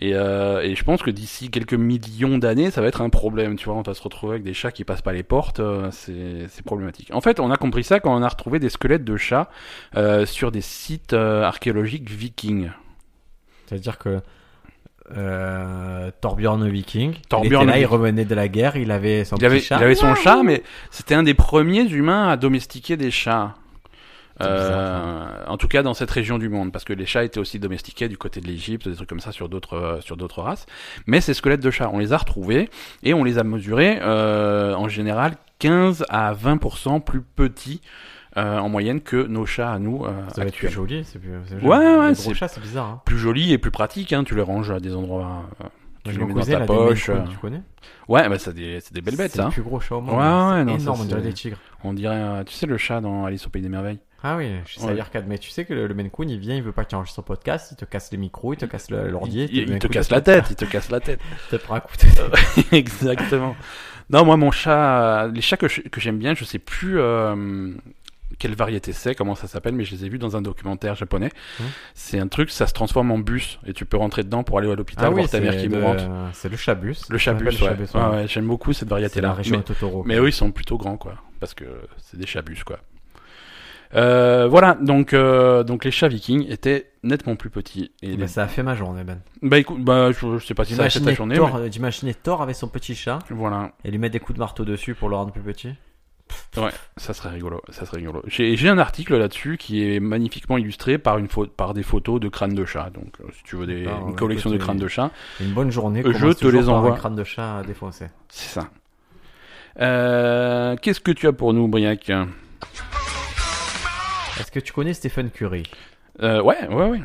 S1: Et, euh, et je pense que d'ici quelques millions d'années, ça va être un problème. Tu vois, on va se retrouver avec des chats qui passent pas les portes, euh, c'est c'est problématique. En fait, on a compris ça quand on a retrouvé des squelettes de chats euh, sur des sites euh, archéologiques vikings.
S2: c'est-à-dire que euh, Torbjörn le Viking,
S1: Torbjörn
S2: il était là,
S1: le
S2: il
S1: Viking.
S2: revenait de la guerre, il avait son
S1: Il avait,
S2: petit chat.
S1: il avait son chat, mais c'était un des premiers humains à domestiquer des chats.
S2: C'est bizarre,
S1: Euh, en tout cas dans cette région du monde, parce que les chats étaient aussi domestiqués du côté de l'Égypte, des trucs comme ça sur d'autres euh, sur d'autres races. Mais ces squelettes de chats, on les a retrouvés et on les a mesurés euh, en général 15 à 20 plus petits euh, en moyenne que nos chats à nous euh,
S2: Ça va être plus
S1: actuels.
S2: joli, c'est plus. c'est-
S1: Ouais, ouais,
S2: les
S1: c'est-
S2: gros chats, c'est bizarre. hein.
S1: Plus joli et plus pratique, hein, tu les ranges à des endroits. euh, tu les
S2: Mon
S1: mets dans
S2: cousin,
S1: ta
S2: il a des Maine
S1: poche.
S2: Coon,
S1: euh.
S2: tu connais
S1: Ouais, bah c'est des c'est des belles bêtes,
S2: C'est
S1: hein.
S2: le plus gros chat au monde.
S1: Ouais,
S2: hein.
S1: ouais,
S2: C'est
S1: non, ça,
S2: énorme, on dirait
S1: c'est-
S2: des tigres.
S1: On dirait, euh, tu sais, le chat dans Alice au pays des merveilles.
S2: Ah oui, je suis
S1: Ouais.
S2: à l'arcade, mais tu sais que le, le Maine Coon, il vient, il veut pas que tu enregistres son podcast, il te casse le micro, il te casse le- l'ordi.
S1: Il, il
S2: met un
S1: te
S2: coup de-
S1: casse la tête, il te casse la
S2: (laughs)
S1: tête. (laughs)
S2: il te prend un coup de-
S1: Exactement. Non, moi, mon chat, euh, les chats que je- que j'aime bien, je sais plus euh, quelle variété c'est, comment ça s'appelle, mais je les ai vus dans un documentaire japonais.
S2: Mhm.
S1: C'est un truc, ça se transforme en bus et tu peux rentrer dedans pour aller à l'hôpital
S2: Ah
S1: voir
S2: oui,
S1: ta
S2: c'est
S1: mère qui
S2: le-
S1: mourante.
S2: C'est le chabus. hein.
S1: Le chat bus, ouais. Ouais, ouais, j'aime beaucoup cette
S2: C'est
S1: variété-là.
S2: la région
S1: Mais-
S2: de Totoro.
S1: mais eux, ils sont plutôt grands, quoi. Parce que c'est des chats bus, quoi. Euh, voilà, donc, euh, donc les chats vikings étaient nettement plus petits. Et
S2: Bah,
S1: les-
S2: ça a fait ma journée, Ben.
S1: Bah écoute, bah, je, je sais pas si ça a fait ta
S2: J'imaginais
S1: journée.
S2: Thor, j'imaginais Thor avec son petit chat
S1: mais Voilà,
S2: et lui mettre des coups de marteau dessus pour le rendre plus petit.
S1: ouais, ça serait rigolo, ça serait rigolo. J'ai j'ai un article là-dessus qui est magnifiquement illustré par une faute, par des photos de crânes de chat. Donc, euh, si tu veux des,
S2: Ah,
S1: une
S2: bah,
S1: collection de
S2: écoute,
S1: crânes de chat,
S2: Une bonne journée.
S1: Euh, je
S2: commence
S1: te
S2: toujours
S1: les
S2: par
S1: envoie.
S2: Un crâne de chat défoncé.
S1: c'est ça. Euh, Qu'est-ce que tu as pour nous, Briac
S2: Est-ce que tu connais Stephen Curry
S1: euh, Ouais, ouais, ouais.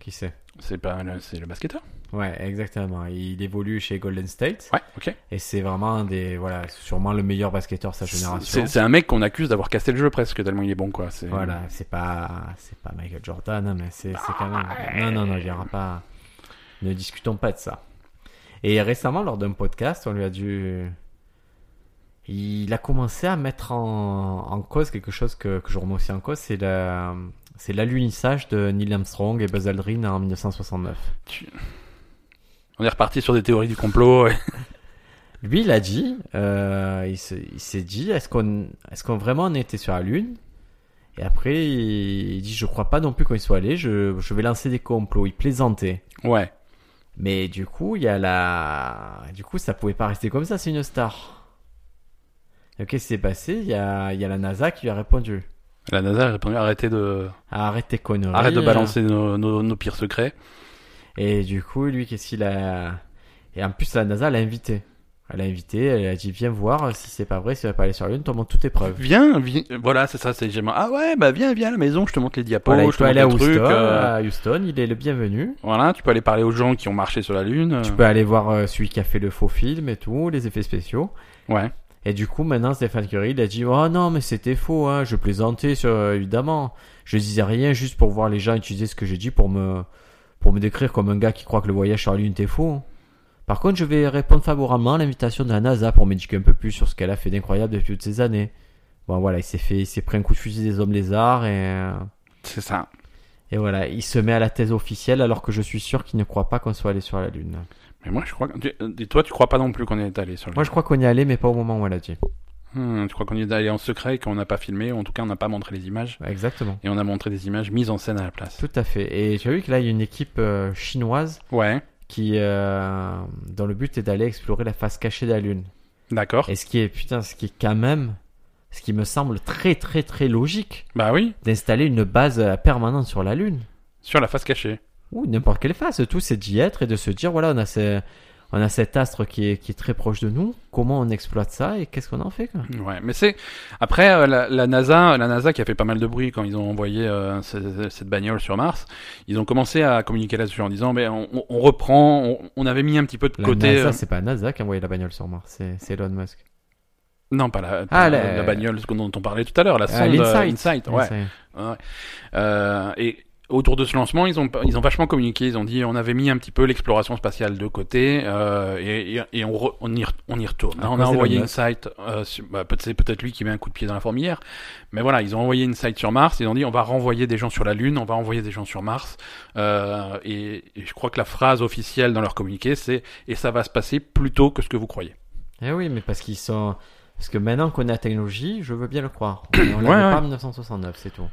S2: Qui c'est
S1: C'est pas, le- c'est le basketteur.
S2: Ouais, exactement. Il évolue chez Golden State
S1: Ouais, ok.
S2: et c'est vraiment un des voilà, sûrement le meilleur basketteur de sa génération.
S1: C'est c'est un mec qu'on accuse d'avoir cassé le jeu presque tellement il est bon, quoi. C'est-
S2: Voilà, c'est pas c'est pas Michael Jordan, hein, mais c'est c'est quand même. Non non non, il y aura pas. Ne discutons pas de ça. Et récemment, lors d'un podcast, on lui a dû. Il a commencé à mettre en, en cause quelque chose que, que je remets aussi en cause, c'est la c'est l'alunissage de Neil Armstrong et Buzz Aldrin en 1969.
S1: On est reparti sur des théories du complot. ouais.
S2: Lui, il a dit, euh, il se- il s'est dit, est-ce qu'on, est-ce qu'on vraiment on était sur la Lune Et après, il, il dit, je crois pas non plus qu'on y soit allé. Je, je vais lancer des complots. Il plaisantait.
S1: ouais.
S2: Mais du coup, il y a la, du coup, ça pouvait pas rester comme ça. C'est une star. Donc, qu'est-ce qui s'est passé Il y a, il y a la NASA qui lui a répondu.
S1: La NASA a répondu arrêtez de,
S2: Arrête tes conneries. hein.
S1: arrête de balancer nos, nos- nos pires secrets.
S2: Et du coup, lui, qu'est-ce qu'il a Et en plus, la NASA l'a invité. Elle l'a invité. Elle a dit, viens voir si c'est pas vrai, si on va pas aller sur la Lune, t'en montre toutes tes preuves.
S1: Viens, viens, voilà, c'est ça, c'est j'aime. Ah ouais, bah viens, viens à la maison, je te montre les diapos,
S2: Voilà, il
S1: je te
S2: peut aller
S1: montre
S2: à
S1: les
S2: Houston,
S1: trucs. euh,
S2: à Houston, il est le bienvenu.
S1: Voilà, tu peux aller parler aux gens qui ont marché sur la lune. euh,
S2: Tu peux aller voir euh, celui qui a fait le faux film et tout, les effets spéciaux.
S1: euh, Ouais.
S2: Et du coup, maintenant, Stéphane Curry, il a dit Oh non, mais c'était faux, hein, je plaisantais, sur- euh, évidemment. Je disais rien juste pour voir les gens utiliser ce que j'ai dit pour me, pour me décrire comme un gars qui croit que le voyage sur la Lune était faux. Par contre, je vais répondre favorablement à l'invitation de la NASA pour m'éduquer un peu plus sur ce qu'elle a fait d'incroyable depuis toutes ces années. Bon, voilà, il s'est fait, il s'est pris un coup de fusil des hommes lézards et. euh,
S1: C'est ça.
S2: Et voilà, il se met à la thèse officielle alors que je suis sûr qu'il ne croit pas qu'on soit allé sur la Lune.
S1: Mais moi, je crois. que- tu- euh, Et toi, tu crois pas non plus qu'on est allé sur la
S2: Moi,
S1: lune
S2: je crois qu'on y est allé, mais pas au moment où elle a dit.
S1: Hmm, Tu crois qu'on est allé en secret et qu'on n'a pas filmé, ou en tout cas, on n'a pas montré les images.
S2: Exactement.
S1: Et on a montré des images mises en scène à la place.
S2: Tout à fait. Et tu as vu que là, il y a une équipe euh, chinoise
S1: Ouais,
S2: qui, euh, dont le but est d'aller explorer la face cachée de la Lune.
S1: d'accord.
S2: Et ce qui est, putain, ce qui est quand même Ce qui me semble très très très logique
S1: Bah oui,
S2: d'installer une base euh, permanente sur la Lune.
S1: sur la face cachée.
S2: Ou n'importe quelle face. Tout, c'est d'y être et de se dire, voilà, on a, ce- on a cet astre qui est, qui est très proche de nous. Comment on exploite ça et qu'est-ce qu'on en fait quoi
S1: Ouais, mais c'est après euh, la, la NASA, la NASA qui a fait pas mal de bruit quand ils ont envoyé euh, ce- cette bagnole sur Mars, ils ont commencé à communiquer là-dessus en disant mais on, on reprend, on, on avait mis un petit peu de
S2: La
S1: côté.
S2: NASA,
S1: euh,
S2: c'est pas NASA qui a envoyé la bagnole sur Mars, c'est c'est Elon Musk.
S1: Non, pas la,
S2: Ah,
S1: la,
S2: la-
S1: la bagnole ce dont on parlait tout à l'heure, la
S2: Ah,
S1: sonde euh, Insight, ouais.
S2: L'Insight.
S1: Euh, et autour de ce lancement, ils ont, ils ont vachement communiqué. Ils ont dit on avait mis un petit peu l'exploration spatiale de côté euh, et, et- et on, re- on, y, re- on y retourne.
S2: Ah,
S1: on
S2: quoi,
S1: a
S2: c'est
S1: envoyé
S2: Elon Musk.
S1: Insight, euh, sur- bah, peut- c'est peut-être lui qui met un coup de pied dans la fourmilière, mais voilà, ils ont envoyé Insight sur Mars. Ils ont dit on va renvoyer des gens sur la Lune, on va envoyer des gens sur Mars. Euh, et, et je crois que la phrase officielle dans leur communiqué, c'est et ça va se passer plus tôt que ce que vous croyez.
S2: Eh oui, mais parce qu'ils sont. Parce que maintenant qu'on a la technologie, je veux bien le croire.
S1: (coughs)
S2: Mais on
S1: Ouais,
S2: l'avait pas
S1: ouais.
S2: en 1969, c'est tout.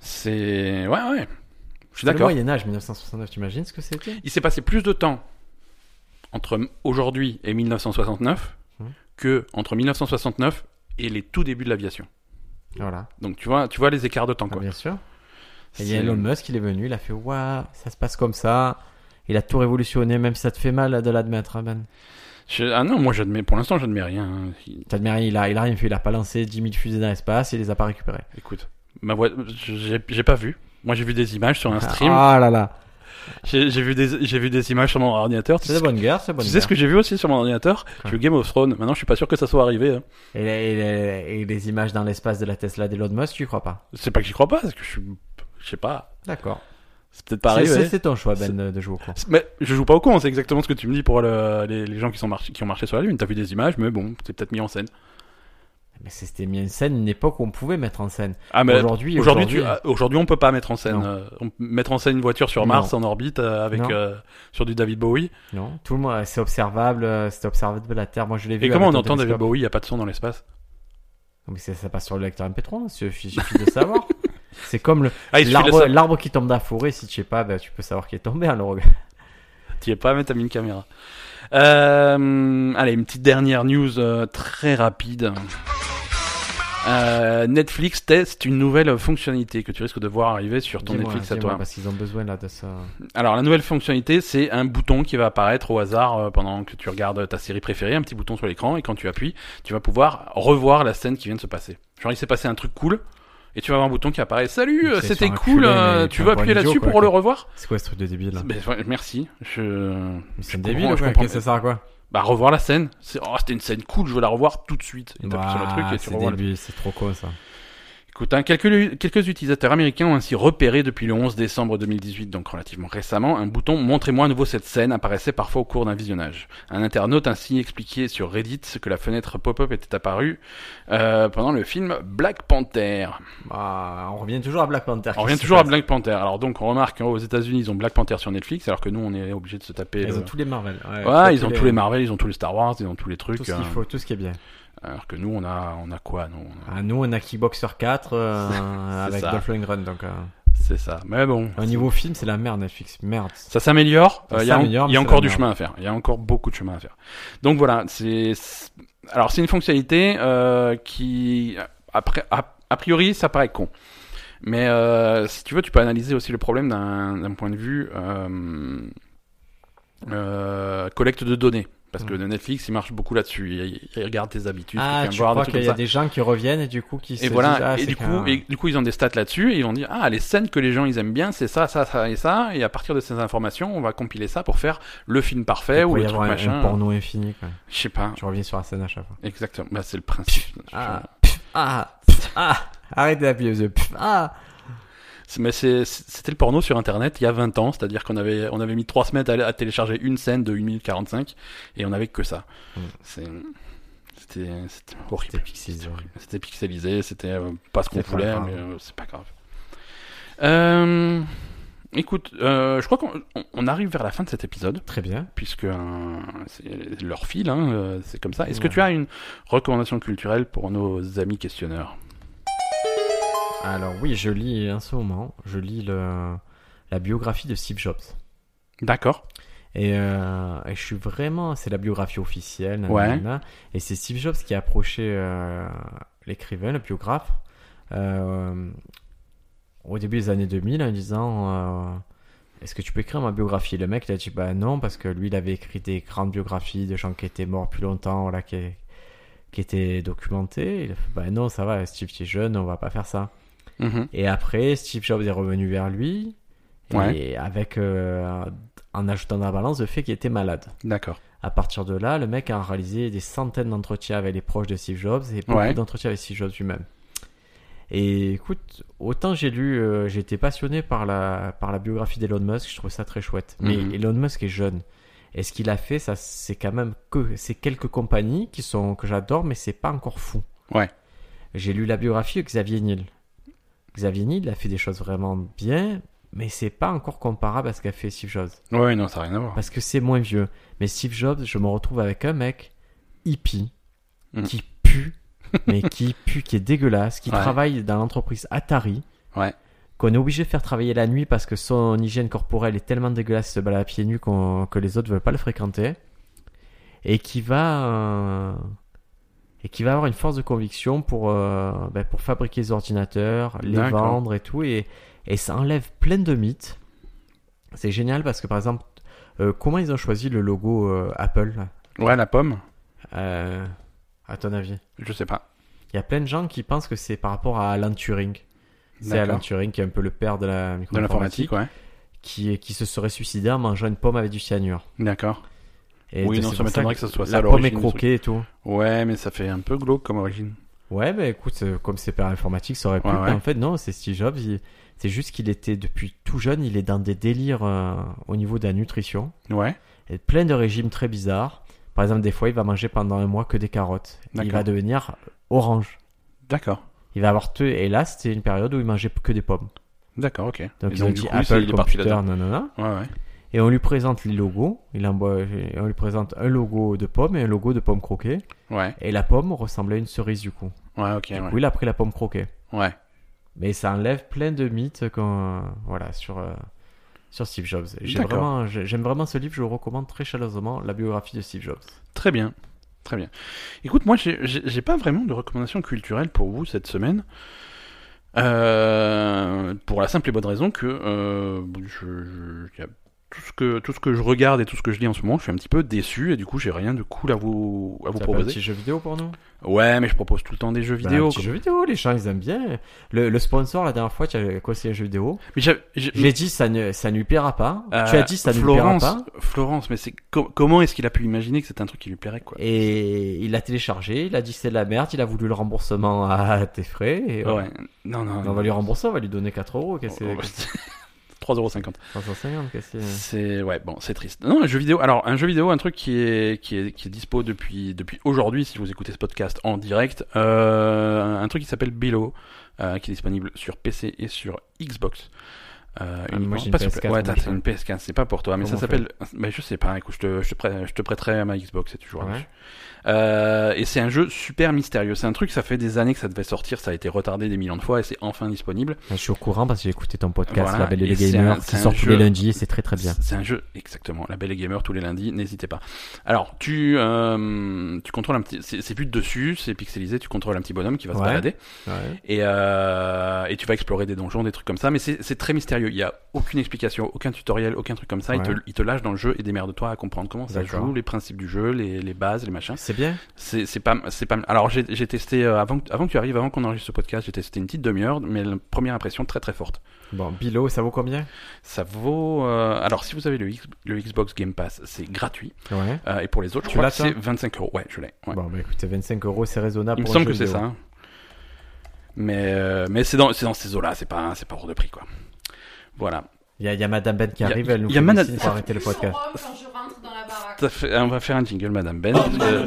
S1: C'est ouais ouais, je suis
S2: C'est Le
S1: d'accord.
S2: Moyen-Âge, 1969, t'imagines ce que c'était
S1: Il s'est passé plus de temps entre m- aujourd'hui et 1969
S2: Mhm.
S1: que entre 1969 et les tout débuts de l'aviation.
S2: Voilà,
S1: Donc tu vois, tu vois les écarts de temps
S2: Ah,
S1: quoi.
S2: bien sûr. Et il y
S1: C'est-
S2: a Elon Musk, il est venu, il a fait Waouh, ça se passe comme ça. Il a tout révolutionné, même si ça te fait mal de l'admettre, hein, Ben.
S1: Je- Ah non, moi j'admets, pour l'instant j'admets rien. hein. Il-
S2: T'admires, il a, il a rien fait, il a pas lancé 10 000 fusées dans l'espace, il les a pas récupérées.
S1: Écoute, ma voix, j'ai j'ai pas vu. Moi j'ai vu des images sur un stream.
S2: Ah là là.
S1: J'ai j'ai vu des, j'ai vu des images sur mon ordinateur. Tu sais,
S2: C'est de
S1: ce que-
S2: bonne guerre, c'est de bonne
S1: tu sais ce que j'ai vu aussi sur mon ordinateur
S2: Quoi
S1: J'ai vu Game of Thrones. Maintenant je suis pas sûr que ça soit arrivé. hein.
S2: Et, les, et les- et les images dans l'espace de la Tesla d'Elon Musk, tu y crois pas
S1: C'est pas que j'y crois pas, c'est que je suis, je sais pas.
S2: D'accord.
S1: C'est peut-être pas arrivé.
S2: C'est- C'est c'est ton choix,
S1: C'est-
S2: Ben, de de jouer au con.
S1: Mais je joue pas au con, c'est exactement ce que tu me dis pour le- les, les gens qui, sont march- qui ont marché sur la Lune. T'as vu des images, mais bon, c'est peut-être mis en scène.
S2: Mais c'était mis en scène une époque où on pouvait mettre en scène.
S1: Ah, mais
S2: Aujourd'hui,
S1: aujourd'hui, tu-
S2: aujourd'hui,
S1: ah, aujourd'hui, on peut pas mettre en scène,
S2: Non.
S1: euh, on- mettre en scène une voiture sur Mars en orbite euh, avec
S2: Non.
S1: euh, sur du David Bowie.
S2: non, tout le monde, c'est observable, euh, c'est observable la Terre. Moi, je l'ai vu.
S1: Et comment on
S2: avec un
S1: entend David
S2: télescope.
S1: Bowie Il y a pas de son dans l'espace.
S2: Non, Mais ça, ça passe sur le lecteur MP3. hein, Il suffit, il suffit de
S1: (laughs)
S2: savoir. C'est comme le-
S1: Ah, il suffit de
S2: l'arbre,
S1: ça.
S2: l'arbre qui tombe dans la forêt. Si tu sais pas, ben, tu peux savoir qu'il est tombé. hein, le regard.
S1: T'y es pas, mais t'as mis une caméra. Euh, allez, une petite dernière news euh, très rapide. Euh, Netflix teste une nouvelle fonctionnalité que tu risques de voir arriver sur ton
S2: Dis-moi,
S1: Netflix à
S2: dis-moi,
S1: toi.
S2: Parce qu'ils ont besoin là de ça.
S1: Alors la nouvelle fonctionnalité, c'est un bouton qui va apparaître au hasard euh, pendant que tu regardes ta série préférée, un petit bouton sur l'écran, et quand tu appuies, tu vas pouvoir revoir la scène qui vient de se passer. Genre il s'est passé un truc cool, et tu vas avoir un bouton qui apparaît. Salut,
S2: Mais
S1: euh,
S2: c'est
S1: c'était
S2: sur un
S1: cool,
S2: culé,
S1: euh,
S2: mais
S1: tu
S2: c'est
S1: veux
S2: un
S1: appuyer
S2: point
S1: là-dessus
S2: idiot,
S1: pour
S2: quoi,
S1: le
S2: quoi.
S1: revoir
S2: C'est quoi ce truc de débile là
S1: Ben, ouais, Merci. Je...
S2: Mais
S1: je
S2: C'est débile.
S1: comprends-
S2: quoi,
S1: je
S2: Qu'est-ce
S1: comprends.
S2: que ça sert à quoi
S1: Bah revoir la scène, c'est oh, c'était une scène cool, je veux la revoir tout de suite. Et t'appuies sur le
S2: Bah,
S1: truc et tu
S2: C'est
S1: revois le-
S2: débile. C'est trop con ça.
S1: Écoute, hein, quelques, quelques utilisateurs américains ont ainsi repéré depuis le 11 décembre 2018, donc relativement récemment, un bouton Montrez-moi à nouveau cette scène apparaissait parfois au cours d'un visionnage. Un internaute ainsi expliquait sur Reddit que la fenêtre pop-up était apparue euh, pendant le film Black Panther.
S2: Bah, on revient toujours à Black
S1: On
S2: Panther. Qu'est-ce
S1: revient
S2: qui
S1: toujours à
S2: se
S1: Black Panther. Alors donc on remarque qu'aux États-Unis ils ont Black Panther sur Netflix, alors que nous on est obligé de se taper.
S2: passe Ils
S1: le-
S2: ont tous les Marvel.
S1: Ouais, ils ont tous les Marvel, ils ont tous les Star Wars, ils ont tous les trucs.
S2: Tout ce
S1: euh,
S2: qu'il faut, tout ce qui est bien.
S1: Alors que nous on a on a quoi non
S2: Ah, nous, on a Kickboxer 4 euh,
S1: (laughs)
S2: avec
S1: ça. Ah,
S2: Dolph Lundgren. Donc, euh,
S1: C'est ça. Mais bon.
S2: au niveau film, c'est la merde Netflix. Merde.
S1: Ça s'améliore.
S2: Ça
S1: euh, Il y a,
S2: s'améliore,
S1: il y a
S2: mais c'est
S1: encore
S2: la
S1: du
S2: merde.
S1: chemin à faire. Il y a encore beaucoup de chemin à faire. Donc voilà, c'est. c'est- Alors c'est une fonctionnalité euh, qui, après, a, a priori, ça paraît con. Mais euh, si tu veux, tu peux analyser aussi le problème d'un d'un point de vue euh, euh, collecte de données. Parce que Netflix, il marche beaucoup là-dessus. Il, il regarde tes habitudes.
S2: Mm. Ah,
S1: vient
S2: tu
S1: voir, des
S2: crois
S1: trucs
S2: qu'il y
S1: comme
S2: a
S1: ça.
S2: des gens qui reviennent et du coup qui se
S1: Et voilà,
S2: disent, ah,
S1: et
S2: c'est
S1: du coup,
S2: qu'un-
S1: et du coup, ils ont des stats là-dessus, et ils vont dire, ah, les scènes que les gens, ils aiment bien, c'est ça, ça, ça et ça, et à partir de ces informations, on va compiler ça pour faire le film parfait
S2: il
S1: ou
S2: pourrait
S1: le
S2: y
S1: truc
S2: avoir un, un
S1: machin.
S2: porno infini. Quoi.
S1: Je sais pas,
S2: Tu reviens sur la scène à chaque fois.
S1: exactement, bah, c'est le principe.
S2: (laughs) Ah, ah, ah, arrête d'appuyer aux yeux. Ah,
S1: C'est- Mais c'est- c'était le porno sur internet il y a 20 ans, c'est-à-dire qu'on avait, on avait mis 3 semaines à, à télécharger une scène de 1 minute 45, et on avait que ça.
S2: Mm.
S1: C'est- C'était c'était horrible.
S2: c'était pixelisé.
S1: C'était pixelisé, c'était euh, pas ce qu'on
S2: C'est pas
S1: voulait,
S2: grave.
S1: mais euh, c'est pas grave. Euh, écoute, euh, je crois qu'on on- on arrive vers la fin de cet épisode,
S2: Très bien.
S1: puisque euh, c'est leur fil, hein, euh, c'est comme ça. Est-ce que
S2: Ouais.
S1: tu as une recommandation culturelle pour nos amis questionneurs
S2: Alors oui, je lis en ce moment, je lis le, la biographie de Steve Jobs.
S1: D'accord.
S2: Et, euh, et je suis vraiment. C'est la biographie officielle.
S1: Ouais.
S2: nanana. Et c'est Steve Jobs qui a approché euh, l'écrivain, le biographe, euh, au début des années 2000 en disant euh, Est-ce que tu peux écrire ma biographie Le mec, il a dit Bah non, parce que lui, il avait écrit des grandes biographies de gens qui étaient morts plus longtemps, voilà, qui, qui étaient documentés. Il a fait Bah non, ça va, Steve, tu es jeune, on va pas faire ça.
S1: Mhm.
S2: Et après, Steve Jobs est revenu vers lui, et
S1: Ouais.
S2: avec, euh, en ajoutant dans la balance le fait qu'il était malade.
S1: D'accord.
S2: À partir de là, le mec a réalisé des centaines d'entretiens avec les proches de Steve Jobs et beaucoup
S1: Ouais.
S2: d'entretiens avec Steve Jobs lui-même. Et écoute, autant j'ai lu, euh, j'ai été passionné par la, par la biographie d'Elon Musk, je trouve ça très chouette. Mais
S1: Mhm.
S2: Elon Musk est jeune. Et ce qu'il a fait, ça, c'est quand même que, c'est quelques compagnies qui sont, que j'adore, mais c'est pas encore fou.
S1: Ouais.
S2: J'ai lu la biographie de Xavier Niel. Xavier Niel a fait des choses vraiment bien, mais c'est pas encore comparable à ce qu'a fait Steve Jobs
S1: Ouais, non, ça n'a rien à voir.
S2: parce que c'est moins vieux. Mais Steve Jobs, je me retrouve avec un mec hippie
S1: Mhm.
S2: qui pue, mais
S1: (laughs)
S2: qui pue, qui est dégueulasse, qui
S1: Ouais.
S2: travaille dans l'entreprise Atari.
S1: Ouais.
S2: Qu'on est obligé de faire travailler la nuit parce que son hygiène corporelle est tellement dégueulasse, il se balade à pieds nus qu'on- que les autres veulent pas le fréquenter. Et qui va. euh, et qui va avoir une force de conviction pour, euh, ben, pour fabriquer les ordinateurs, les
S1: D'accord.
S2: vendre et tout. Et, et ça enlève plein de mythes. C'est génial parce que par exemple, euh, comment ils ont choisi le logo euh, Apple
S1: Ouais, la pomme,
S2: euh, À ton avis
S1: je sais pas.
S2: Il y a plein de gens qui pensent que c'est par rapport à Alan Turing. C'est
S1: D'accord.
S2: Alan Turing qui est un peu le père de la
S1: De l'informatique,
S2: micro-informatique,
S1: ouais.
S2: qui, qui se serait suicidé en mangeant une pomme avec du cyanure.
S1: D'accord.
S2: Et
S1: Oui,
S2: c'est
S1: non, ça
S2: pour
S1: m'étonnerait que ça soit ça,
S2: La pomme
S1: l'origine
S2: est
S1: du
S2: croquée et tout.
S1: Ouais, mais ça fait un peu glauque comme origine.
S2: Ouais, bah écoute, euh, comme c'est par informatique, ça aurait pu.
S1: Ouais,
S2: mais
S1: ouais.
S2: En fait, non, c'est Steve Jobs. il- C'est juste qu'il était depuis tout jeune, il est dans des délires euh, au niveau de la nutrition.
S1: Ouais.
S2: Et plein de régimes très bizarres. Par exemple, des fois, il va manger pendant un mois que des carottes. Il
S1: D'accord.
S2: va devenir orange.
S1: D'accord.
S2: Il va avoir tout. Et là, c'était une période où il mangeait que des pommes.
S1: D'accord, ok.
S2: Donc,
S1: Et
S2: ils ont
S1: du
S2: dit
S1: coup, ça,
S2: Apple
S1: il est parti
S2: Computer,
S1: là-dedans.
S2: nanana.
S1: Ouais, ouais.
S2: Et on lui présente les logos. Il en boit- et on lui présente un logo de pomme et un logo de pomme croquée.
S1: Ouais,
S2: Et la pomme ressemblait à une cerise du coup.
S1: ouais, ok,
S2: Du
S1: ouais.
S2: coup, il a pris la pomme croquée.
S1: Ouais.
S2: Mais ça enlève plein de mythes quand, voilà, sur, euh, sur Steve Jobs. J'ai
S1: D'accord.
S2: vraiment- j'ai- J'aime vraiment, ce livre, je le recommande très chaleureusement, la biographie de Steve Jobs.
S1: Très bien. Très bien. Écoute, moi, j'ai- j'ai j'ai pas vraiment de recommandations culturelles pour vous cette semaine. Euh, pour la simple et bonne raison que euh, je- je- y a tout, ce que, tout ce que je regarde et tout ce que je lis en ce moment, je suis un petit peu déçu et du coup, j'ai rien de cool à vous, à vous
S2: T'as pas un
S1: proposer.
S2: petit jeu vidéo pour nous
S1: Ouais, mais je propose tout le temps des jeux
S2: Bah,
S1: vidéo.
S2: un petit
S1: quoi.
S2: jeu vidéo, les gens, ils aiment bien. Le, le sponsor, la dernière fois, tu as conseillé un jeu vidéo.
S1: Mais j'avais- j'ai-
S2: J'ai dit, ça ne, ça ne lui plaira pas.
S1: euh,
S2: tu as dit, ça ne lui plaira
S1: Florence,
S2: pas.
S1: Florence, mais c'est co- comment est-ce qu'il a pu imaginer que c'était un truc qui lui plairait quoi
S2: Et il l'a téléchargé, il a dit c'est de la merde, il a voulu le remboursement à tes frais. Et voilà.
S1: Ouais. Non, non.
S2: euh, On va lui rembourser, on va lui donner 4 euros. Qu'est-ce que
S1: Oh, (laughs)
S2: c'est
S1: c'est- 3,50€.
S2: 350 qu'est-ce que c'est
S1: C'est ouais bon c'est triste. Non un jeu vidéo. Alors un jeu vidéo un truc qui est qui est qui est dispo depuis depuis aujourd'hui si vous écoutez ce podcast en direct. euh, un truc qui s'appelle Below euh, qui est disponible sur PC et sur Xbox. Euh,
S2: Ah,
S1: uniquement-
S2: moi, j'ai une
S1: pas sur-
S2: PS4,
S1: ouais
S2: moi,
S1: t'as
S2: je
S1: t'as une PS4 c'est pas pour toi mais
S2: Comment
S1: ça
S2: on
S1: s'appelle. Mais je sais pas écoute je te je te, prêt- je te prêterai ma Xbox et toujours.
S2: Ouais.
S1: Euh, et c'est un jeu super mystérieux. C'est un truc ça fait des années que ça devait sortir ça a été retardé des millions de fois et c'est enfin disponible.
S2: Je suis au courant parce que j'ai écouté ton podcast
S1: Voilà,
S2: La Belle et le
S1: et c'est
S2: Gamer
S1: un-
S2: qui
S1: c'est un
S2: sort tous
S1: jeu-
S2: les lundis et c'est très très bien.
S1: C'est c'est un jeu, exactement. La Belle et Gamer tous les lundis, n'hésitez pas. Alors, tu, euh, tu contrôles un petit. C'est c'est plus de dessus, c'est pixelisé, tu contrôles un petit bonhomme qui va se
S2: Ouais.
S1: balader. Et, euh, et tu vas explorer des donjons, des trucs comme ça. Mais c'est c'est très mystérieux. Il n'y a aucune explication, aucun tutoriel, aucun truc comme ça. Il,
S2: Ouais.
S1: te, il te lâche dans le jeu et démerde-toi à comprendre comment ça se
S2: D'accord.
S1: joue, les principes du jeu, les, les bases, les machins.
S2: C'est bien
S1: C'est c'est pas, c'est pas. Alors j'ai j'ai testé euh, avant, que- avant que tu arrives, avant qu'on enregistre ce podcast, j'ai testé une petite demi-heure, mais la première impression très très forte.
S2: Bon, Bilo, ça vaut combien
S1: Ça vaut. euh, alors, si vous avez le, X- le Xbox Game Pass, c'est gratuit.
S2: Ouais.
S1: Euh, et pour les autres,
S2: Tu
S1: je crois
S2: l'as,
S1: que c'est 25 euros. Ouais, je l'ai. ouais.
S2: Bon, bah écoutez, 25 euros, c'est raisonnable
S1: Il me
S2: pour un
S1: semble que
S2: jeu
S1: c'est ça.
S2: vidéo.
S1: hein. Mais, euh, mais c'est dans, c'est dans ces eaux-là. C'est pas, c'est pas hors de prix, quoi. Voilà.
S2: Il y, a- il y a Madame Ben qui
S1: Il y a-
S2: arrive, elle nous
S1: il y a
S2: fait
S1: Madame-
S2: signe pour arrêter le podcast.
S3: quand je rentre dans la baraque.
S1: Ça fait- on va faire un jingle, Madame Ben. Parce que,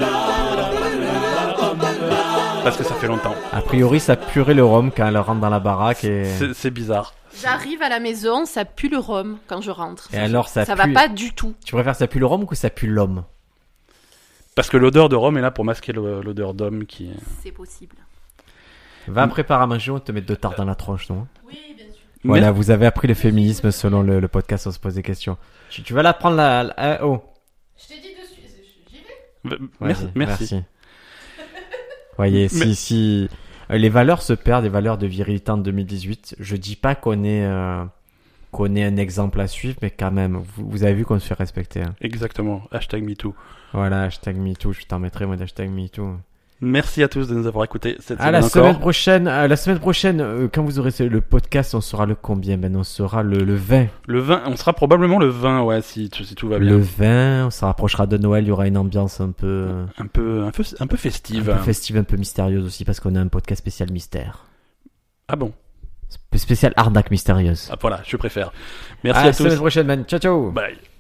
S1: parce que ça fait longtemps.
S2: A priori, ça purait le rhum quand elle rentre dans la baraque et...
S1: C'est c'est bizarre.
S3: J'arrive à la maison, ça pue le rhum quand je rentre.
S2: Et alors, ça,
S3: Ça va
S2: pue...
S3: pas du tout.
S2: Tu préfères ça pue le rhum ou que ça pue l'homme
S1: Parce que l'odeur de Rome est là pour masquer le- l'odeur d'homme qui.
S3: C'est possible.
S1: Mm.
S2: Va préparer à manger, on te met deux tartes dans la tronche, non
S3: Oui, bien sûr.
S2: Voilà, vous avez appris le féminisme selon le, le podcast, on se pose des questions. Tu, tu vas la prendre là, là- là- oh.
S3: Je t'ai dit dessus, j'y vais.
S1: Mer-
S2: Vas-y,
S1: merci, merci.
S2: Voyez,
S1: (laughs)
S2: si,
S1: Mais-
S2: si euh, les valeurs se perdent, les valeurs de virilité en 2018, je dis pas qu'on est, euh, qu'on est un exemple à suivre, mais quand même, vous, vous avez vu qu'on se fait respecter. hein.
S1: Exactement. Hashtag MeToo.
S2: Voilà, hashtag MeToo, je t'en mettrai moi d'hashtag MeToo.
S1: Merci à tous de nous avoir écoutés cette
S2: À la
S1: semaine
S2: semaine
S1: encore.
S2: prochaine, à la semaine prochaine, euh, quand vous aurez le podcast, on sera le combien Ben, on sera le, le 20.
S1: Le 20, on sera probablement le 20, ouais, si, tout- si tout va bien.
S2: Le 20, on se rapprochera de Noël, il y aura une ambiance un peu, euh,
S1: Un peu, un peu, un peu
S2: un
S1: festive.
S2: peu festive, un peu mystérieuse aussi, parce qu'on a un podcast spécial mystère.
S1: ah bon.
S2: Spécial arnaque mystérieuse.
S1: Ah, voilà, je préfère. Merci
S2: à
S1: à,
S2: la semaine
S1: tous.
S2: prochaine, man. Ciao, ciao.
S1: Bye.